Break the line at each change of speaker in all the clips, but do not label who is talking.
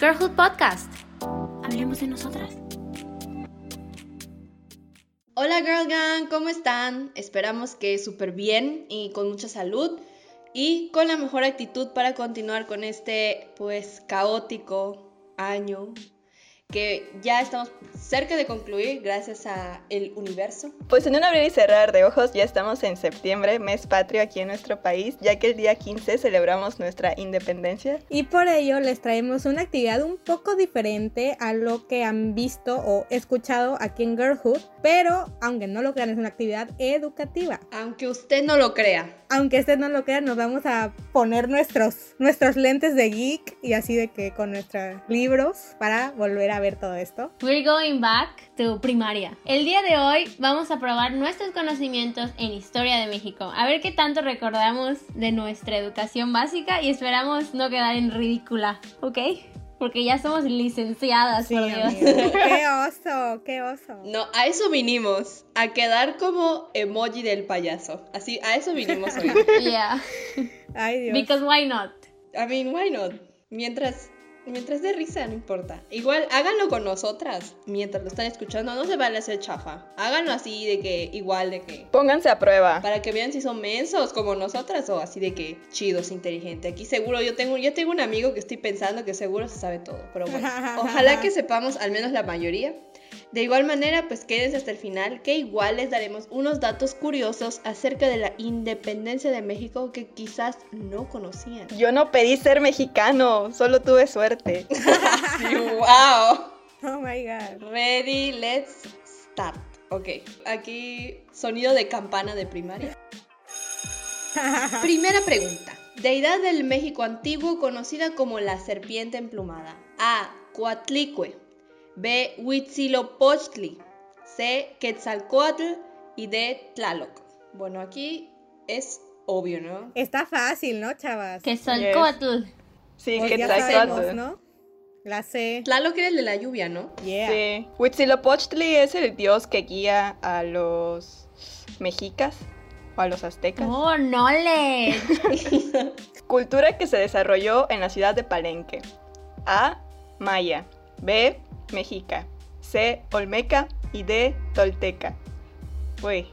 Girlhood Podcast.
Hablemos de nosotras.
Hola Girl Gang, ¿cómo están? Esperamos que súper bien y con mucha salud y con la mejor actitud para continuar con este pues caótico año que ya estamos cerca de concluir gracias a el universo.
Pues en un abrir y cerrar de ojos ya estamos en septiembre, mes patrio aquí en nuestro país, ya que el día 15 celebramos nuestra independencia.
Y por ello les traemos una actividad un poco diferente a lo que han visto o escuchado aquí en Girlhood, pero aunque no lo crean es una actividad educativa.
Aunque usted no lo crea.
Aunque este no lo crea, nos vamos a poner nuestros, nuestros lentes de geek y así de que con nuestros libros para volver a ver todo esto.
We're going back to primaria. El día de hoy vamos a probar nuestros conocimientos en historia de México. A ver qué tanto recordamos de nuestra educación básica y esperamos no quedar en ridícula, ¿ok? Porque ya somos licenciadas, por Dios.
amigo. qué oso, qué oso.
No, a eso vinimos, a quedar como emoji del payaso. Así, a eso vinimos hoy.
Yeah.
Ay Dios.
Because why not?
I mean, why not? Mientras, mientras de risa, no importa. Igual, háganlo con nosotras. Mientras lo están escuchando, no se van a hacer chafa. Háganlo así de que, igual de que.
Pónganse a prueba.
Para que vean si son mensos como nosotras o así de que chidos, inteligente. Aquí seguro yo tengo, yo tengo un amigo que estoy pensando que seguro se sabe todo. Pero bueno, ojalá que sepamos al menos la mayoría. De igual manera, pues quédense hasta el final, que igual les daremos unos datos curiosos acerca de la independencia de México que quizás no conocían.
Yo no pedí ser mexicano, solo tuve suerte.
¡Wow!
Oh my god.
Ready, let's start. Ok, aquí sonido de campana de primaria. Primera pregunta. Deidad del México antiguo conocida como la serpiente emplumada. A. Coatlicue. B. Huitzilopochtli. C. Quetzalcoatl. Y D. Tlaloc. Bueno, aquí es obvio, ¿no?
Está fácil, ¿no, chavas?
Que Quetzalcóatl.
Sí,
Pues
que
ya
Quetzalcóatl.
sabemos, ¿no? La C.
Tlaloc era el de la lluvia, ¿no?
Yeah.
Sí. Huitzilopochtli es el dios que guía a los mexicas o a los aztecas.
Oh, no le.
Cultura que se desarrolló en la ciudad de Palenque. A. Maya. B. Mexica. C. Olmeca. Y D. Tolteca. Uy.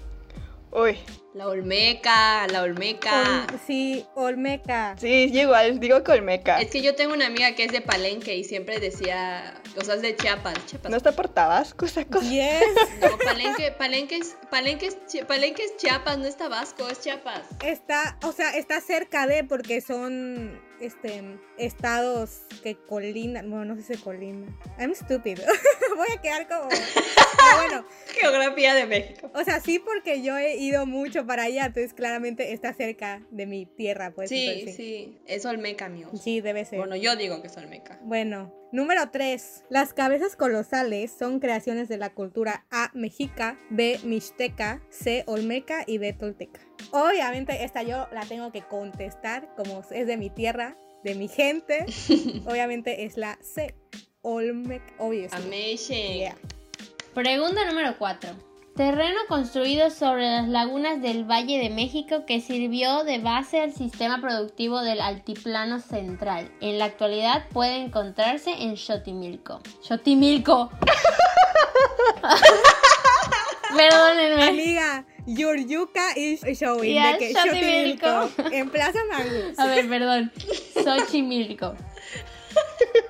Uy.
La Olmeca, la Olmeca.
Ol- sí, Olmeca.
Sí, yo igual, digo que Olmeca.
Es que yo tengo una amiga que es de Palenque y siempre decía cosas de Chiapas. Chiapas.
¿No está por Tabasco esa cosa?
Yes.
No, Palenque, Palenque, es, Palenque, es, Chi- Palenque es Chiapas, no es Tabasco, es Chiapas.
Está, o sea, está cerca de porque son este estados que colindan. Bueno, no sé si se colina. I'm stupid. Voy a quedar como. Pero bueno,
Geografía de México.
o sea, sí porque yo he ido mucho para allá, entonces claramente está cerca de mi tierra, pues.
Sí,
entonces
sí, es Olmeca, amigos.
Sí, debe ser.
Bueno, yo digo que es Olmeca.
Bueno, número 3. Las cabezas colosales son creaciones de la cultura A. Mexica, B. Mixteca, C. Olmeca y D. Tolteca. Obviamente esta yo la tengo que contestar como es de mi tierra, de mi gente. Obviamente es la C. Olmeca, obvio. sí.
Amazing.
Yeah.
Pregunta número 4. Terreno construido sobre las lagunas del Valle de México que sirvió de base al sistema productivo del Altiplano Central. En la actualidad puede encontrarse en Xochimilco. ¡Xochimilco! Perdónenme.
Amiga, Yuryuka y Showin
Ya,
de que
Xochimilco.
Xochimilco, en Plaza Mangus.
A ver, perdón. Xochimilco.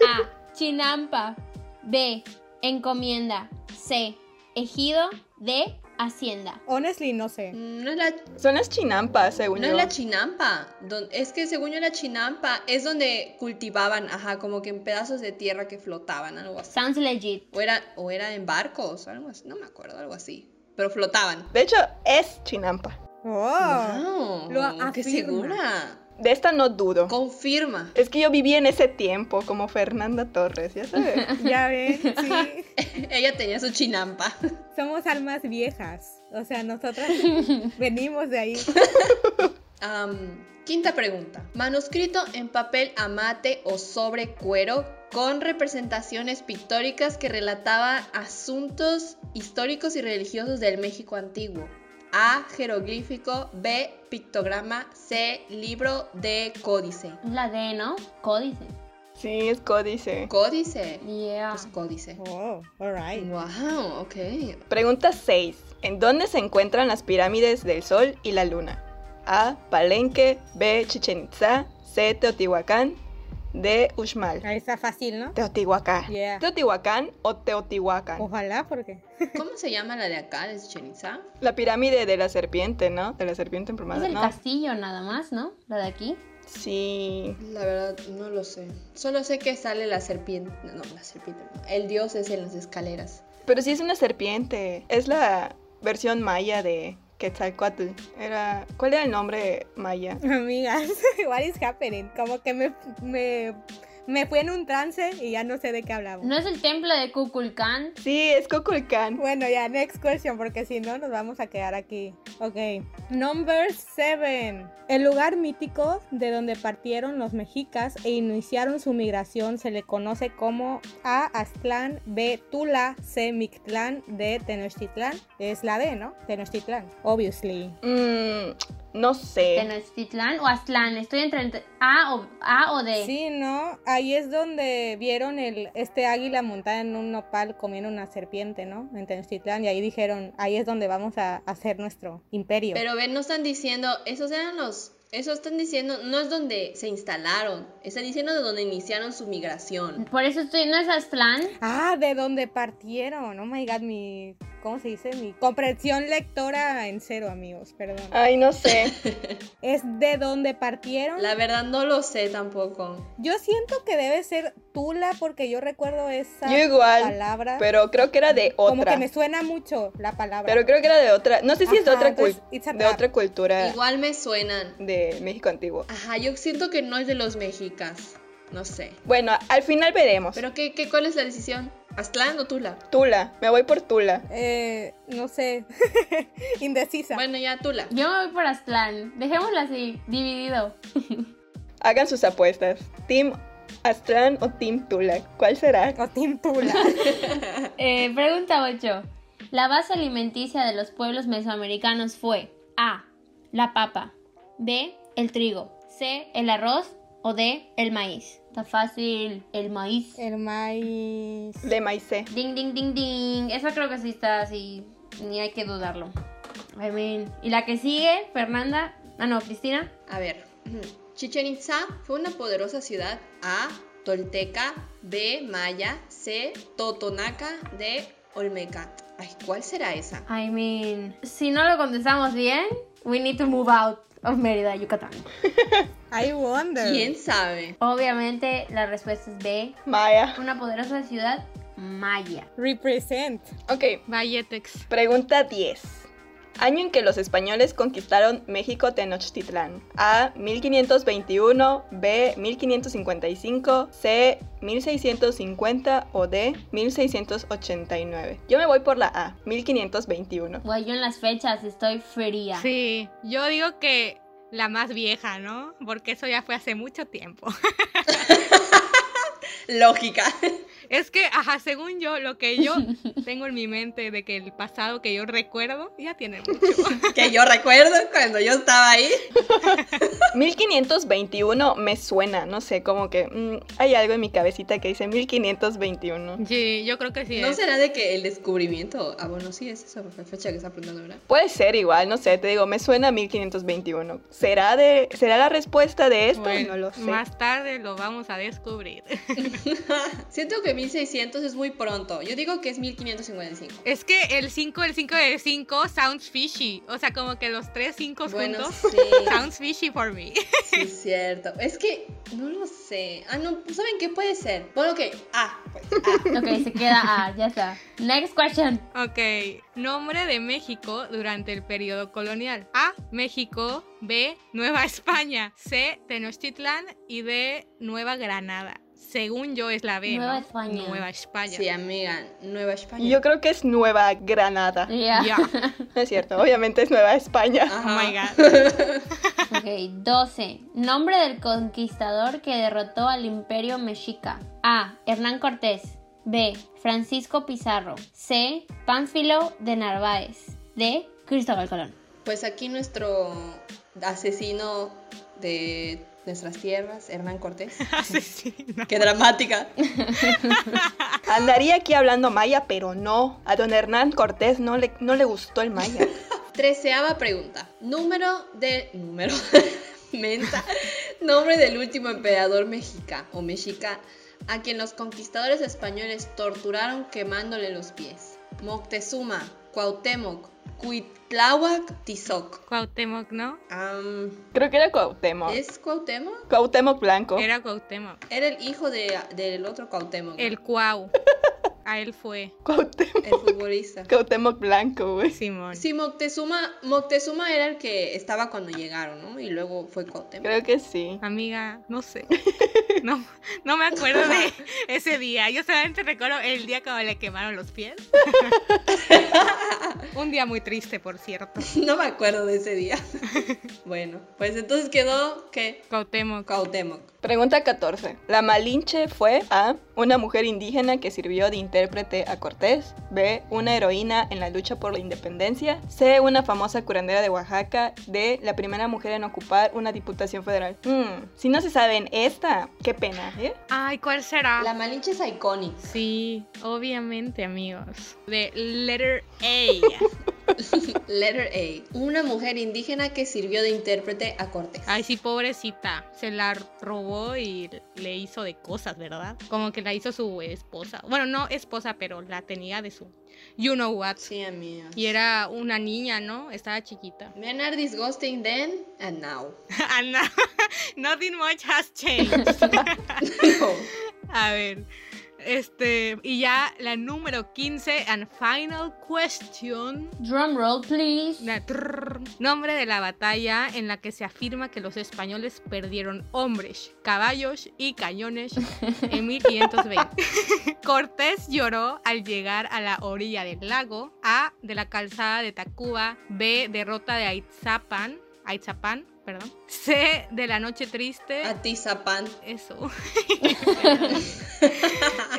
A. Chinampa. B. Encomienda. C. Ejido. D. Hacienda.
Honestly, no sé.
Mm, No es la,
Son las chinampas, según
no
yo.
es la chinampa. don- es que según yo la chinampa es donde cultivaban, ajá, como que en pedazos de tierra que flotaban, algo así.
Sounds legit.
O era, o era en barcos, algo así, no me acuerdo, algo así. Pero flotaban.
De hecho, es chinampa.
Oh.
Wow,
lo
¡Qué
afirma.
segura!
De esta no dudo.
Confirma.
Es que yo viví en ese tiempo, como Fernanda Torres, ya sabes.
Ya ven, sí.
Ella tenía su chinampa.
Somos almas viejas. O sea, nosotras venimos de ahí.
Am, quinta pregunta. Manuscrito en papel amate o sobre cuero con representaciones pictóricas que relataba asuntos históricos y religiosos del México antiguo. A. Jeroglífico. B. Pictograma. C. Libro. D. Códice.
Es la D, ¿no? Códice. eh, ah,
Sí, es códice.
Códice.
Yeah.
Pues códice.
Oh, alright.
Wow, ok.
Pregunta 6. ¿En dónde se encuentran las pirámides del Sol y la Luna? A. Palenque. B. Chichen Itza. C. Teotihuacán. D. Uxmal.
Ahí está fácil, ¿no?
Teotihuacán.
Yeah. Oh.
Teotihuacán o Teotihuacán.
Ojalá, porque.
¿Cómo se llama la de acá, de Chichen Itza?
La pirámide de la serpiente, ¿no? De la serpiente emplumada.
Es el
¿no?
castillo nada más, ¿no? La de aquí.
Sí.
La verdad, no lo sé. Solo sé que sale la serpiente. No, no, la serpiente. no. El dios es en las escaleras.
Pero sí es una serpiente. Es la versión maya de Quetzalcoatl. Era... ¿Cuál era el nombre maya?
Amigas, what is happening? Como que me, me, me fui en un trance y ya no sé de qué hablamos.
¿No es el templo de Kukulkan?
Sí, es Kukulcán.
Bueno, ya, next question, porque si no nos vamos a quedar aquí. Ok. Number 7. El lugar mítico de donde partieron los mexicas e iniciaron su migración se le conoce como A. Aztlán, B. Tula, C. Mictlán, D. Tenochtitlán. Es la D, ¿no? Tenochtitlán, obviously.
Mm, no sé.
¿Tenochtitlán o Aztlán? Estoy entre A o, A o D.
Sí, ¿no? Ahí es donde vieron el, este águila montada en un nopal comiendo una serpiente, ¿no? En Tenochtitlán. Y ahí dijeron, ahí es donde vamos a hacer nuestro imperio.
Pero ven, no están diciendo, esos eran los, esos están diciendo, no es donde se instalaron, están diciendo de donde iniciaron su migración.
Por eso estoy, ¿no es Aztlán?
Ah, de donde partieron. Oh my god, mi. ¿Cómo se dice? Mi comprensión lectora en cero, amigos, perdón.
Ay, no sé.
Es de donde partieron.
La verdad no lo sé tampoco.
Yo siento que debe ser Tula porque yo recuerdo esa
Yo igual,
palabra.
Pero creo que era de
como
otra.
que me suena mucho la palabra.
Pero creo que era de otra. No sé si es de
Ajá,
otra, cul-
entonces, it's a
de
trap.
otra cultura
Igual me suenan.
de México antiguo.
Ajá, yo siento que no es de los mexicas. No sé.
Bueno, al final veremos.
¿Pero qué, qué, cuál es la decisión? ¿Aztlán o Tula?
Tula, me voy por Tula.
Eh, no sé. Indecisa.
Bueno, ya Tula.
Yo me voy por Aztlán. Dejémoslo así, dividido.
Hagan sus apuestas. Team Aztlán o Team Tula. ¿Cuál será?
O Team Tula.
Eh, pregunta 8. La base alimenticia de los pueblos mesoamericanos fue A. La papa. B. El trigo. C. El arroz. O D. El maíz. Está fácil. El maíz.
El maíz.
De maicé.
Ding, ding, ding, ding. Esa creo que sí está así. Ni hay que dudarlo. I mean. Y la que sigue, Fernanda. Ah, no, Cristina.
A ver. Chichen Itza fue una poderosa ciudad. A. Tolteca. B. Maya. C. Totonaca. D. Olmeca. Ay, ¿cuál será esa?
I mean. Si no lo contestamos bien, we need to move out of Mérida, Yucatán.
I wonder.
¿Quién sabe?
Obviamente, la respuesta es B.
Maya.
Una poderosa ciudad maya.
Represent.
Ok,
Valletex.
Pregunta 10. Año en que los españoles conquistaron México Tenochtitlán. A. 1521, B. 1555, C. 1650 o D. 1689. Yo me voy por la A. 1521.
Güey, yo en las fechas estoy fría.
Sí,
Yo digo que la más vieja, ¿no? Porque eso ya fue hace mucho tiempo.
Lógica.
Es que, ajá, según yo, lo que yo tengo en mi mente de que el pasado que yo recuerdo ya tiene mucho.
que yo recuerdo cuando yo estaba ahí.
1521 me suena, no sé, como que mm, hay algo en mi cabecita que dice 1521.
sí, yo creo que sí.
¿No
es.
será de que el descubrimiento... Ah, bueno, sí, es esa fecha que está preguntando, ¿verdad?
Puede ser igual, no sé, te digo, me suena 1521. ¿Será de será la respuesta de esto?
Bueno,
no lo sé.
Más tarde lo vamos a descubrir.
Siento que 1600 es muy pronto. Yo digo que es 1555.
Es que el 5, el 5 de 5 sounds fishy. O sea, como que los 3 5
Bueno,
juntos
sí,
sounds fishy for me.
sí, es cierto. Es que no lo sé. Ah, no, ¿saben qué puede ser? Bueno, que ah, pues, ah.
Ok, se queda A, ya está. Next question.
Ok, nombre de México durante el periodo colonial. A, México. B, Nueva España. C, Tenochtitlán. Y D, Nueva Granada. Según yo es la B.
Nueva
¿no?
España.
Nueva España.
Sí, amiga, Nueva España.
Yo creo que es Nueva Granada.
Ya.
Ya.
No es cierto, obviamente es Nueva España.
Oh my
Ajá.
god.
Ok, 12. Nombre del conquistador que derrotó al imperio mexica. A. Hernán Cortés. B. Francisco Pizarro. C. Pánfilo de Narváez. D. Cristóbal Colón.
Pues aquí nuestro asesino de nuestras tierras, Hernán Cortés.
Asesina.
¡Qué dramática!
Andaría aquí hablando maya, pero no. A don Hernán Cortés no le, no le gustó el maya.
Treceava pregunta. Número de... Número... Menta. Nombre del último emperador mexica o mexica a quien los conquistadores españoles torturaron quemándole los pies. Moctezuma, Cuauhtémoc, Cuitláhuac, Tizoc.
Cuauhtémoc, ¿no?
Am,
Creo que era
Oh.
Cuauhtémoc.
¿Es Cuauhtémoc?
Cuauhtémoc Blanco.
Era Cuauhtémoc.
Era el hijo de- del otro Cuauhtémoc. ¿no?
El Cuau. A él fue
Cuauhtémoc,
el futbolista.
Cuauhtémoc Blanco, güey.
Simón.
Sí, Moctezuma, Moctezuma era el que estaba cuando llegaron, ¿no? Y luego fue Cuauhtémoc.
Creo que sí.
Amiga, no sé. No, no me acuerdo de ese día. Yo solamente recuerdo el día cuando le quemaron los pies. Un día muy triste, por cierto.
No me acuerdo de ese día. bueno, pues entonces quedó que
Cuauhtémoc.
Cuauhtémoc.
Pregunta 14. La Malinche fue A. Una mujer indígena que sirvió de intérprete a Cortés. B. Una heroína en la lucha por la independencia. C. Una famosa curandera de Oaxaca. D. La primera mujer en ocupar una diputación federal. Hmm, Si no se saben esta, qué pena, ¿eh?
Ay, ¿cuál será?
Ah. La Malinche es icónica.
Sí, obviamente, amigos. De letter A.
Letter A. Una mujer indígena que sirvió de intérprete a Cortés.
Ay, sí, pobrecita. Se la robó y le hizo de cosas, ¿verdad? Como que la hizo su esposa. Bueno, no esposa, pero la tenía de su. You know what.
Sí, amiga.
Y era una niña, ¿no? Estaba chiquita.
Men are disgusting then and now.
Ana, nothing much has changed.
No.
A ver. Este, y ya la número 15 and final question.
Drum roll, please.
La trrr. nombre de la batalla en la que se afirma que los españoles perdieron hombres, caballos y cañones en 1520. Cortés lloró al llegar a la orilla del lago, A, de la calzada de Tacuba, B, derrota de Aitzapan, Aitzapan, perdón, C, de la noche triste.
Atizapán.
Eso.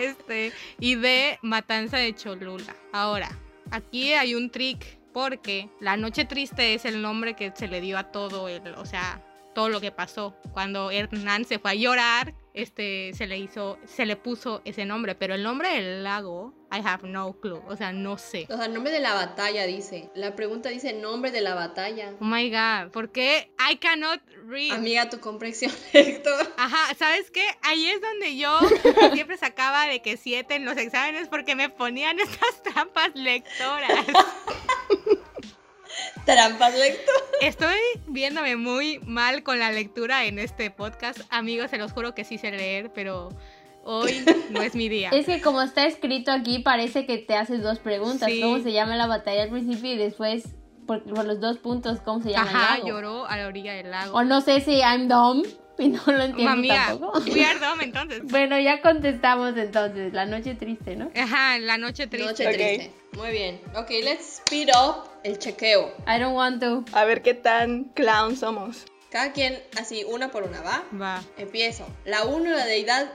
este. Y de Matanza de Cholula. Ahora, aquí hay un trick. Porque La Noche Triste es el nombre que se le dio a todo el. O sea, todo lo que pasó. Cuando Hernán se fue a llorar. Este se le hizo, se le puso ese nombre, pero el nombre del lago, I have no clue, o sea, no sé.
O sea, nombre de la batalla dice. La pregunta dice nombre de la batalla.
Oh my god, ¿por qué I cannot read?
Amiga, tu comprensión, Héctor.
Ajá, ¿sabes qué? Ahí es donde yo siempre sacaba de que siete en los exámenes porque me ponían estas trampas lectoras.
Trampas, Héctor.
Estoy viéndome muy mal con la lectura en este podcast. Amigos, se los juro que sí sé leer, pero hoy no es mi día.
Es que como está escrito aquí, parece que te haces dos preguntas.
Sí.
¿Cómo se llama la batalla al principio y después, por, por los dos puntos, cómo se llama
Ajá,
el lago?
lloró a la orilla del lago.
O no sé si I'm dumb y no lo entiendo
Mamía,
tampoco.
we are dumb, entonces.
Bueno, ya contestamos entonces. La noche triste, ¿no?
Ajá, la noche triste.
Noche triste. Muy bien. Ok, let's speed up el chequeo.
I don't want to.
A ver qué tan clown somos.
Cada quien así, una por una, ¿va?
Va.
Empiezo. La 1, la deidad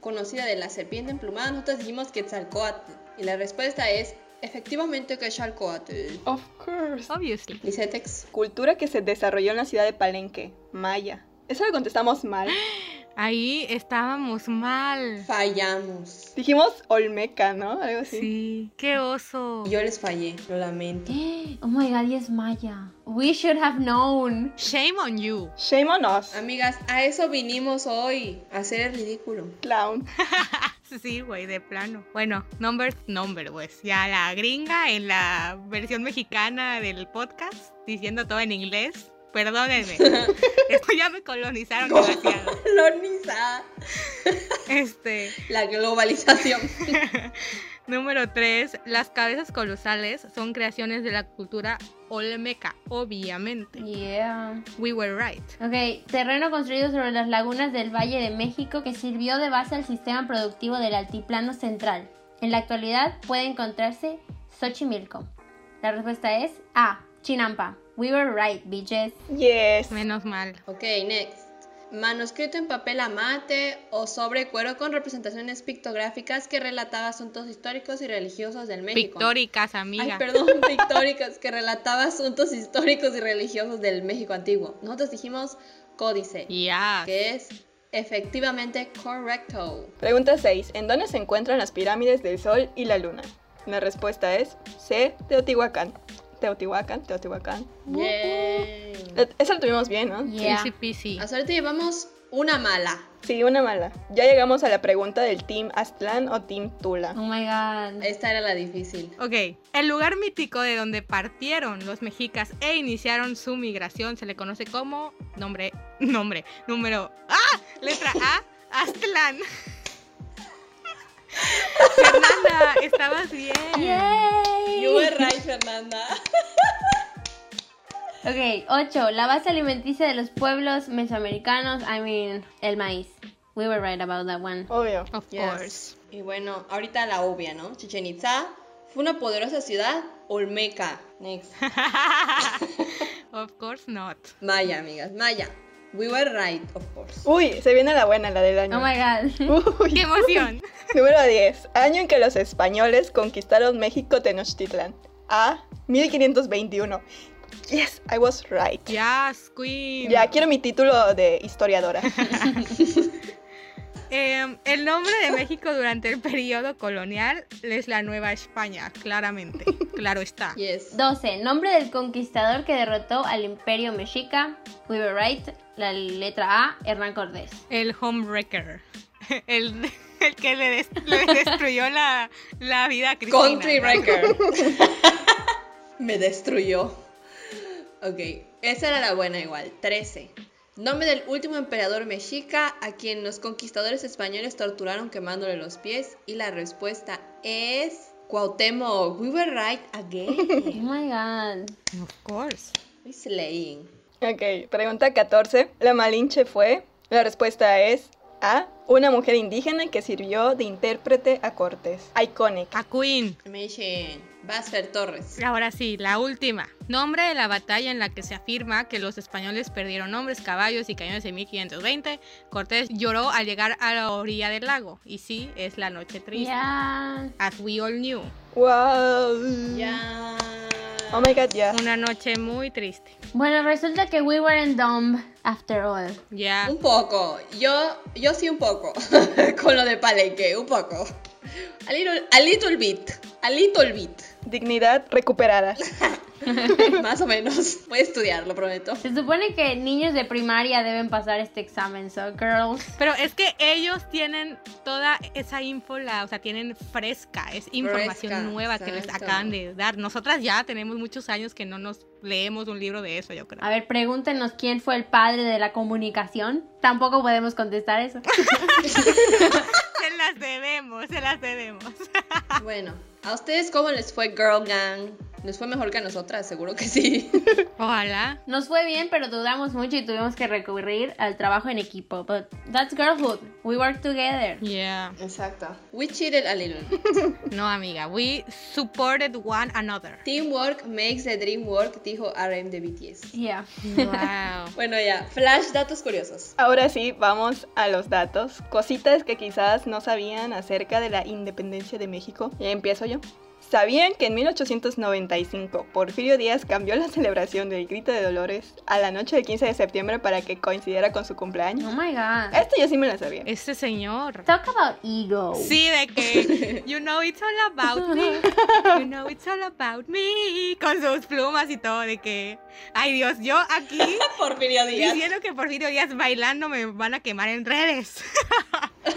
conocida de la serpiente emplumada, nosotros dijimos Quetzalcoatl. Y la respuesta es efectivamente Quetzalcoatl.
Of course.
Obviously.
Licetex.
Cultura que se desarrolló en la ciudad de Palenque, maya. Eso lo contestamos mal.
Ahí estábamos mal.
Fallamos.
Dijimos Olmeca, ¿no? Algo así.
Sí. Qué oso.
Yo les fallé, lo lamento.
Oh my god, y es Maya. We should have known.
Shame on you.
Shame on us,
Amigas, a eso vinimos hoy, a hacer el ridículo.
clown.
Sí, güey, de plano. Bueno, number, number, pues. Ya la gringa en la versión mexicana del podcast, diciendo todo en inglés. Perdónenme. Esto ya me colonizaron demasiado.
Coloniza
Este.
la globalización.
Número 3. Las cabezas colosales son creaciones de la cultura olmeca, obviamente.
Yeah.
We were right.
Ok, terreno construido sobre las lagunas del Valle de México que sirvió de base al sistema productivo del Altiplano Central. En la actualidad puede encontrarse Xochimilco. La respuesta es A. Chinampa. We were right, bitches.
Yes.
Menos mal.
Ok, next. Manuscrito en papel a mate o sobre cuero con representaciones pictográficas que relataba asuntos históricos y religiosos del México.
Pictóricas,
Ay,
amiga.
perdón, pictóricas, que relataba asuntos históricos y religiosos del México antiguo. Nosotros dijimos códice,
Ya.
que es efectivamente correcto.
Pregunta 6. ¿En dónde se encuentran las pirámides del Sol y la Luna? La respuesta es C. Teotihuacán. Teotihuacán, Teotihuacán.
Yay.
Eh, Esa lo tuvimos bien, ¿no?
Yeah.
Easy peasy.
A suerte llevamos una mala.
Sí, una mala. Ya llegamos a la pregunta del Team Aztlán o Team Tula.
Oh my god.
Esta era la difícil.
Ok, el lugar mítico de donde partieron los mexicas e iniciaron su migración se le conoce como nombre, nombre, número ¡Ah! Letra A, Aztlán. Fernanda, estabas bien.
Yay.
You were right, Fernanda.
Ok, 8. La base alimenticia de los pueblos mesoamericanos, I mean, el maíz. We were right about that one.
Obvio.
Of
Yes.
course.
Y bueno, ahorita la obvia, ¿no? Chichen Itza fue una poderosa ciudad olmeca. Next.
of course not.
Maya, amigas, Maya. We were right, of course.
Uy, se viene la buena, la del año.
Oh my god.
Uy.
¡Qué emoción!
Número 10. Año en que los españoles conquistaron México Tenochtitlan. A. 1521. Yes, I was right.
Yes, Queen.
Ya quiero mi título de historiadora.
Em, el nombre de México durante el periodo colonial es la Nueva España, claramente. Claro está.
Yes.
12. Nombre del conquistador que derrotó al imperio mexica. We were right. La letra A, Hernán Cortés.
El Homewrecker. El, el que le, des- le destruyó la, la vida a Cristina.
Country Record. Me destruyó. Ok, esa era la buena igual. 13. Nombre del último emperador mexica a quien los conquistadores españoles torturaron quemándole los pies. Y la respuesta es... Cuauhtémoc. We were right
Oh
again.
my god.
Of course.
We slaying.
ok, pregunta 14. La Malinche fue. La respuesta es A. Una mujer indígena que sirvió de intérprete a Cortés. Iconic.
A Queen.
Amazing. Basfer Torres.
Ahora sí, la última. Nombre de la batalla en la que se afirma que los españoles perdieron hombres, caballos y cañones en 1520. Cortés lloró al llegar a la orilla del lago. Y sí, es la noche triste.
Yeah.
As we all knew.
Wow.
Ya.
Oh my god, ya.
Una noche muy triste.
Bueno, resulta que we weren't dumb after all.
Ya.
Un poco. Yo, yo sí un poco. Con lo de Palenque, un poco. A little, a little bit. A little bit.
Dignidad recuperada.
Más o menos. Voy a estudiar, lo prometo.
Se supone que niños de primaria deben pasar este examen, so girls.
Pero es que ellos tienen toda esa info, la, o sea, tienen fresca, es información
Fresca,
nueva que les
exacto.
acaban de dar. Nosotras ya tenemos muchos años que no nos leemos un libro de eso, yo
Ah.
creo.
A ver, pregúntenos quién fue el padre de la comunicación. Tampoco podemos contestar eso.
Se las debemos, se las debemos.
Bueno, ¿a ustedes cómo les fue Girl Gang? ¿Les fue mejor que a nosotras? Seguro que sí.
Ojalá.
Nos fue bien, pero dudamos mucho y tuvimos que recurrir al trabajo en equipo. But that's girlhood. We work together.
Yeah.
Exacto. We cheated a little.
No, amiga, we supported one another.
Teamwork makes the dream work, dijo RM de BTS.
Yeah.
Wow.
Bueno, ya. Flash, datos curiosos.
Ahora sí, vamos a los datos. Cositas que quizás no sabían acerca de la independencia de México. Y empiezo yo. ¿Sabían que en 1895 Porfirio Díaz cambió la celebración del Grito de Dolores a la noche del 15 de septiembre para que coincidiera con su cumpleaños?
Oh my god.
Esto yo sí me lo sabía.
Este señor.
Talk about ego.
Sí, de que, you know it's all about me, you know it's all about me, con sus plumas y todo, de que, ay Dios, yo aquí
Porfirio Díaz.
Diciendo que Porfirio Díaz bailando me van a quemar en redes.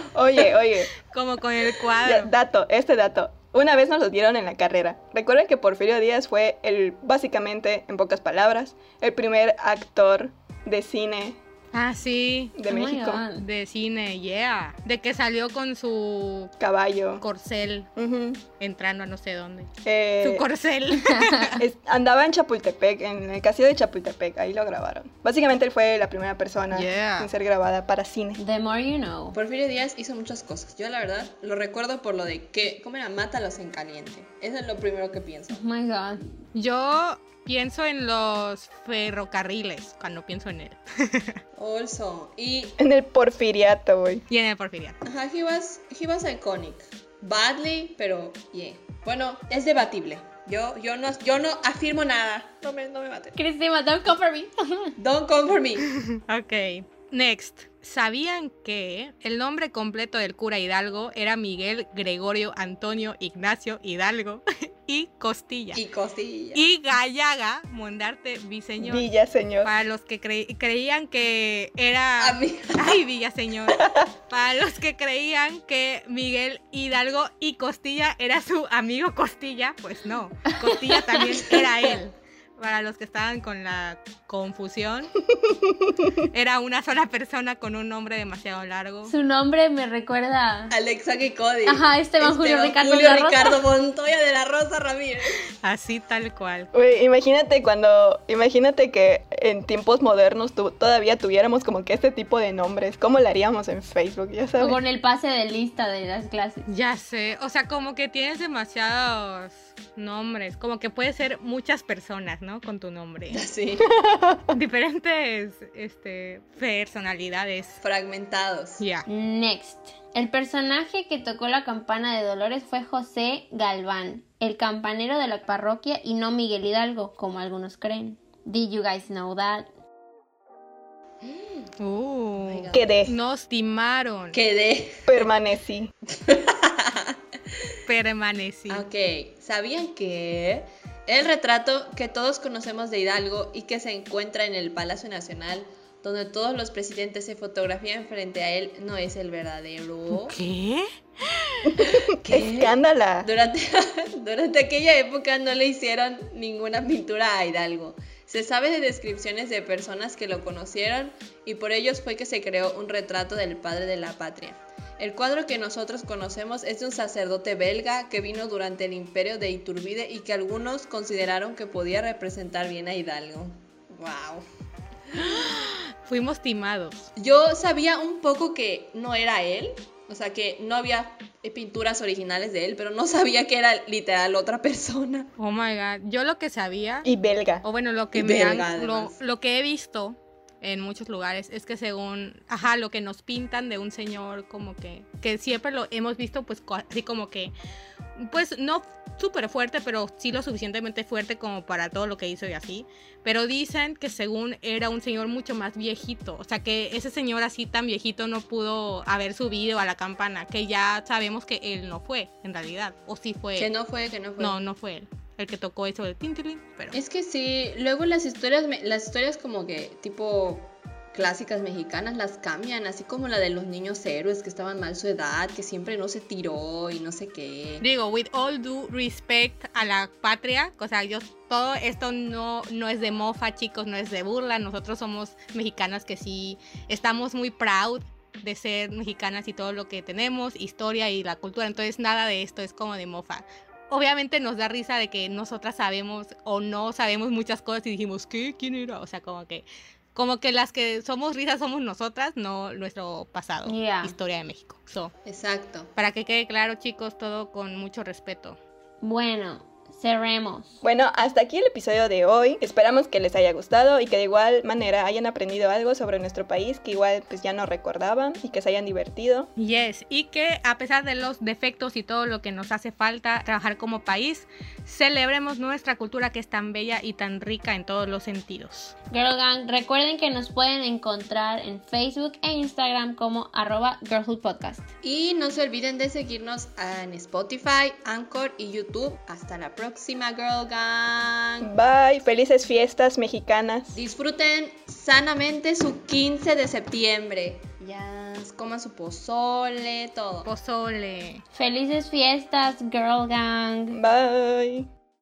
Oye, oye,
Como con el
Ah,
ya,
cuadro.
dato, este dato. Una vez nos lo dieron en la carrera. Recuerden que Porfirio Díaz fue el, básicamente, en pocas palabras, el primer actor de cine
Ah, sí.
de
Oh my
México.
God.
De cine, yeah. De que salió con su
Caballo.
corcel
Ujú.
entrando a no sé dónde.
Eh,
Su corcel.
es- andaba en Chapultepec, en el castillo de Chapultepec, ahí lo grabaron. Básicamente él fue la primera persona
Yeah.
en ser grabada para cine.
The more you know.
Porfirio Díaz hizo muchas cosas. Yo la verdad lo recuerdo por lo de que, ¿cómo era? Mátalos en caliente. Eso es lo primero que pienso.
Oh my god.
Yo pienso en los ferrocarriles cuando pienso en él.
Also, y,
En el porfiriato, güey.
Y en el Porfirio.
ajá, he was, he was iconic. Badly, pero yeah. Bueno, es debatible. Yo, yo, no, yo no afirmo nada. No me, no me maten.
Cristina, don't come for me.
Don't come for me.
Ok. Next. ¿Sabían que el nombre completo del cura Hidalgo era Miguel Gregorio Antonio Ignacio Hidalgo y Costilla?
Y costilla.
Y Gallaga Mondarte Viseñor.
Villa, señor.
Para los que cre- creían que era...
A mí-
Ay, Villaseñor. Para los que creían que Miguel Hidalgo y Costilla era su amigo Costilla, pues no. Costilla también era él. Para los que estaban con la confusión, era una sola persona con un nombre demasiado largo.
Su nombre me recuerda.
Alexa y Cody.
Ajá, Esteban Julio Ricardo
Julio
de la Rosa.
Ricardo Montoya de la Rosa Ramírez.
Así tal cual.
Uy, imagínate cuando, imagínate que en tiempos modernos tu- todavía tuviéramos como que este tipo de nombres. ¿Cómo lo haríamos en Facebook? Ya
O
sabes.
con el pase de lista de las clases.
Ya sé, o sea, como que tienes demasiados nombres, como que puede ser muchas personas, ¿no? Con tu nombre.
Así,
Diferentes este, personalidades.
fragmentados.
Ya.
Next. El personaje que tocó la campana de Dolores fue José Galván, el campanero de la parroquia y no Miguel Hidalgo, como algunos creen. Did you guys know that?
Uh.
Oh. my God.
Quedé,
Nos timaron.
Quedé.
permanecí.
Permanecí.
Ah, Ok, ¿sabían que el retrato que todos conocemos de Hidalgo y que se encuentra en el Palacio Nacional, donde todos los presidentes se fotografían frente a él, no es el verdadero?
¿Qué?
¿Qué?
Escándala.
Durante, durante aquella época no le hicieron ninguna pintura a Hidalgo. Se sabe de descripciones de personas que lo conocieron y por ellos fue que se creó un retrato del padre de la patria. El cuadro que nosotros conocemos es de un sacerdote belga que vino durante el imperio de Iturbide y que algunos consideraron que podía representar bien a Hidalgo. ¡Wow!
Fuimos timados.
Yo sabía un poco que no era él, o sea que no había eh, pinturas originales de él, pero no sabía que era literal otra persona.
Oh my god. Yo lo que sabía,
Y belga.
o bueno, lo
y
que me han-
belga,
lo,
además.
lo que he visto en muchos lugares es que según, ajá, lo que nos pintan de un señor como que, que siempre lo hemos visto pues co- así como que, pues no súper fuerte, pero sí lo suficientemente fuerte como para todo lo que hizo y así. Pero dicen que según era un señor mucho más viejito. O sea, que ese señor así tan viejito no pudo haber subido a la campana. Que ya sabemos que él no fue, en realidad. O sí fue.
Que
él.
no fue, que no fue.
no, no fue él. El que tocó eso del tintilín, pero.
Es que sí, luego las historias, me- las historias como que tipo clásicas mexicanas las cambian, así como la de los niños héroes que estaban mal su edad, que siempre no se tiró y no sé qué.
Digo, with all due respect a la patria, o sea, yo todo esto no, no es de mofa, chicos, no es de burla. Nosotros somos mexicanas que sí estamos muy proud de ser mexicanas y todo lo que tenemos, historia y la cultura. Entonces, nada de esto es como de mofa. Obviamente nos da risa de que nosotras sabemos o no sabemos muchas cosas y dijimos, ¿qué? ¿Quién era? O sea, como que, como que las que somos risas somos nosotras, no nuestro pasado,
Yeah.
historia de México. So,
Exacto.
para que quede claro, chicos, todo con mucho respeto.
Bueno, cerremos.
Bueno, hasta aquí el episodio de hoy. Esperamos que les haya gustado y que de igual manera hayan aprendido algo sobre nuestro país que igual pues ya no recordaban y que se hayan divertido.
Yes, y que a pesar de los defectos y todo lo que nos hace falta trabajar como país, celebremos nuestra cultura que es tan bella y tan rica en todos los sentidos.
Girl Gang, recuerden que nos pueden encontrar en Facebook e Instagram como arroba Girlhood Podcast.
Y no se olviden de seguirnos en Spotify, Anchor y YouTube. Hasta la próxima, Girl Gang.
Bye, felices fiestas mexicanas.
Disfruten sanamente su 15 de septiembre. Ya, coman su pozole, todo.
Pozole.
Felices fiestas, Girl Gang.
Bye.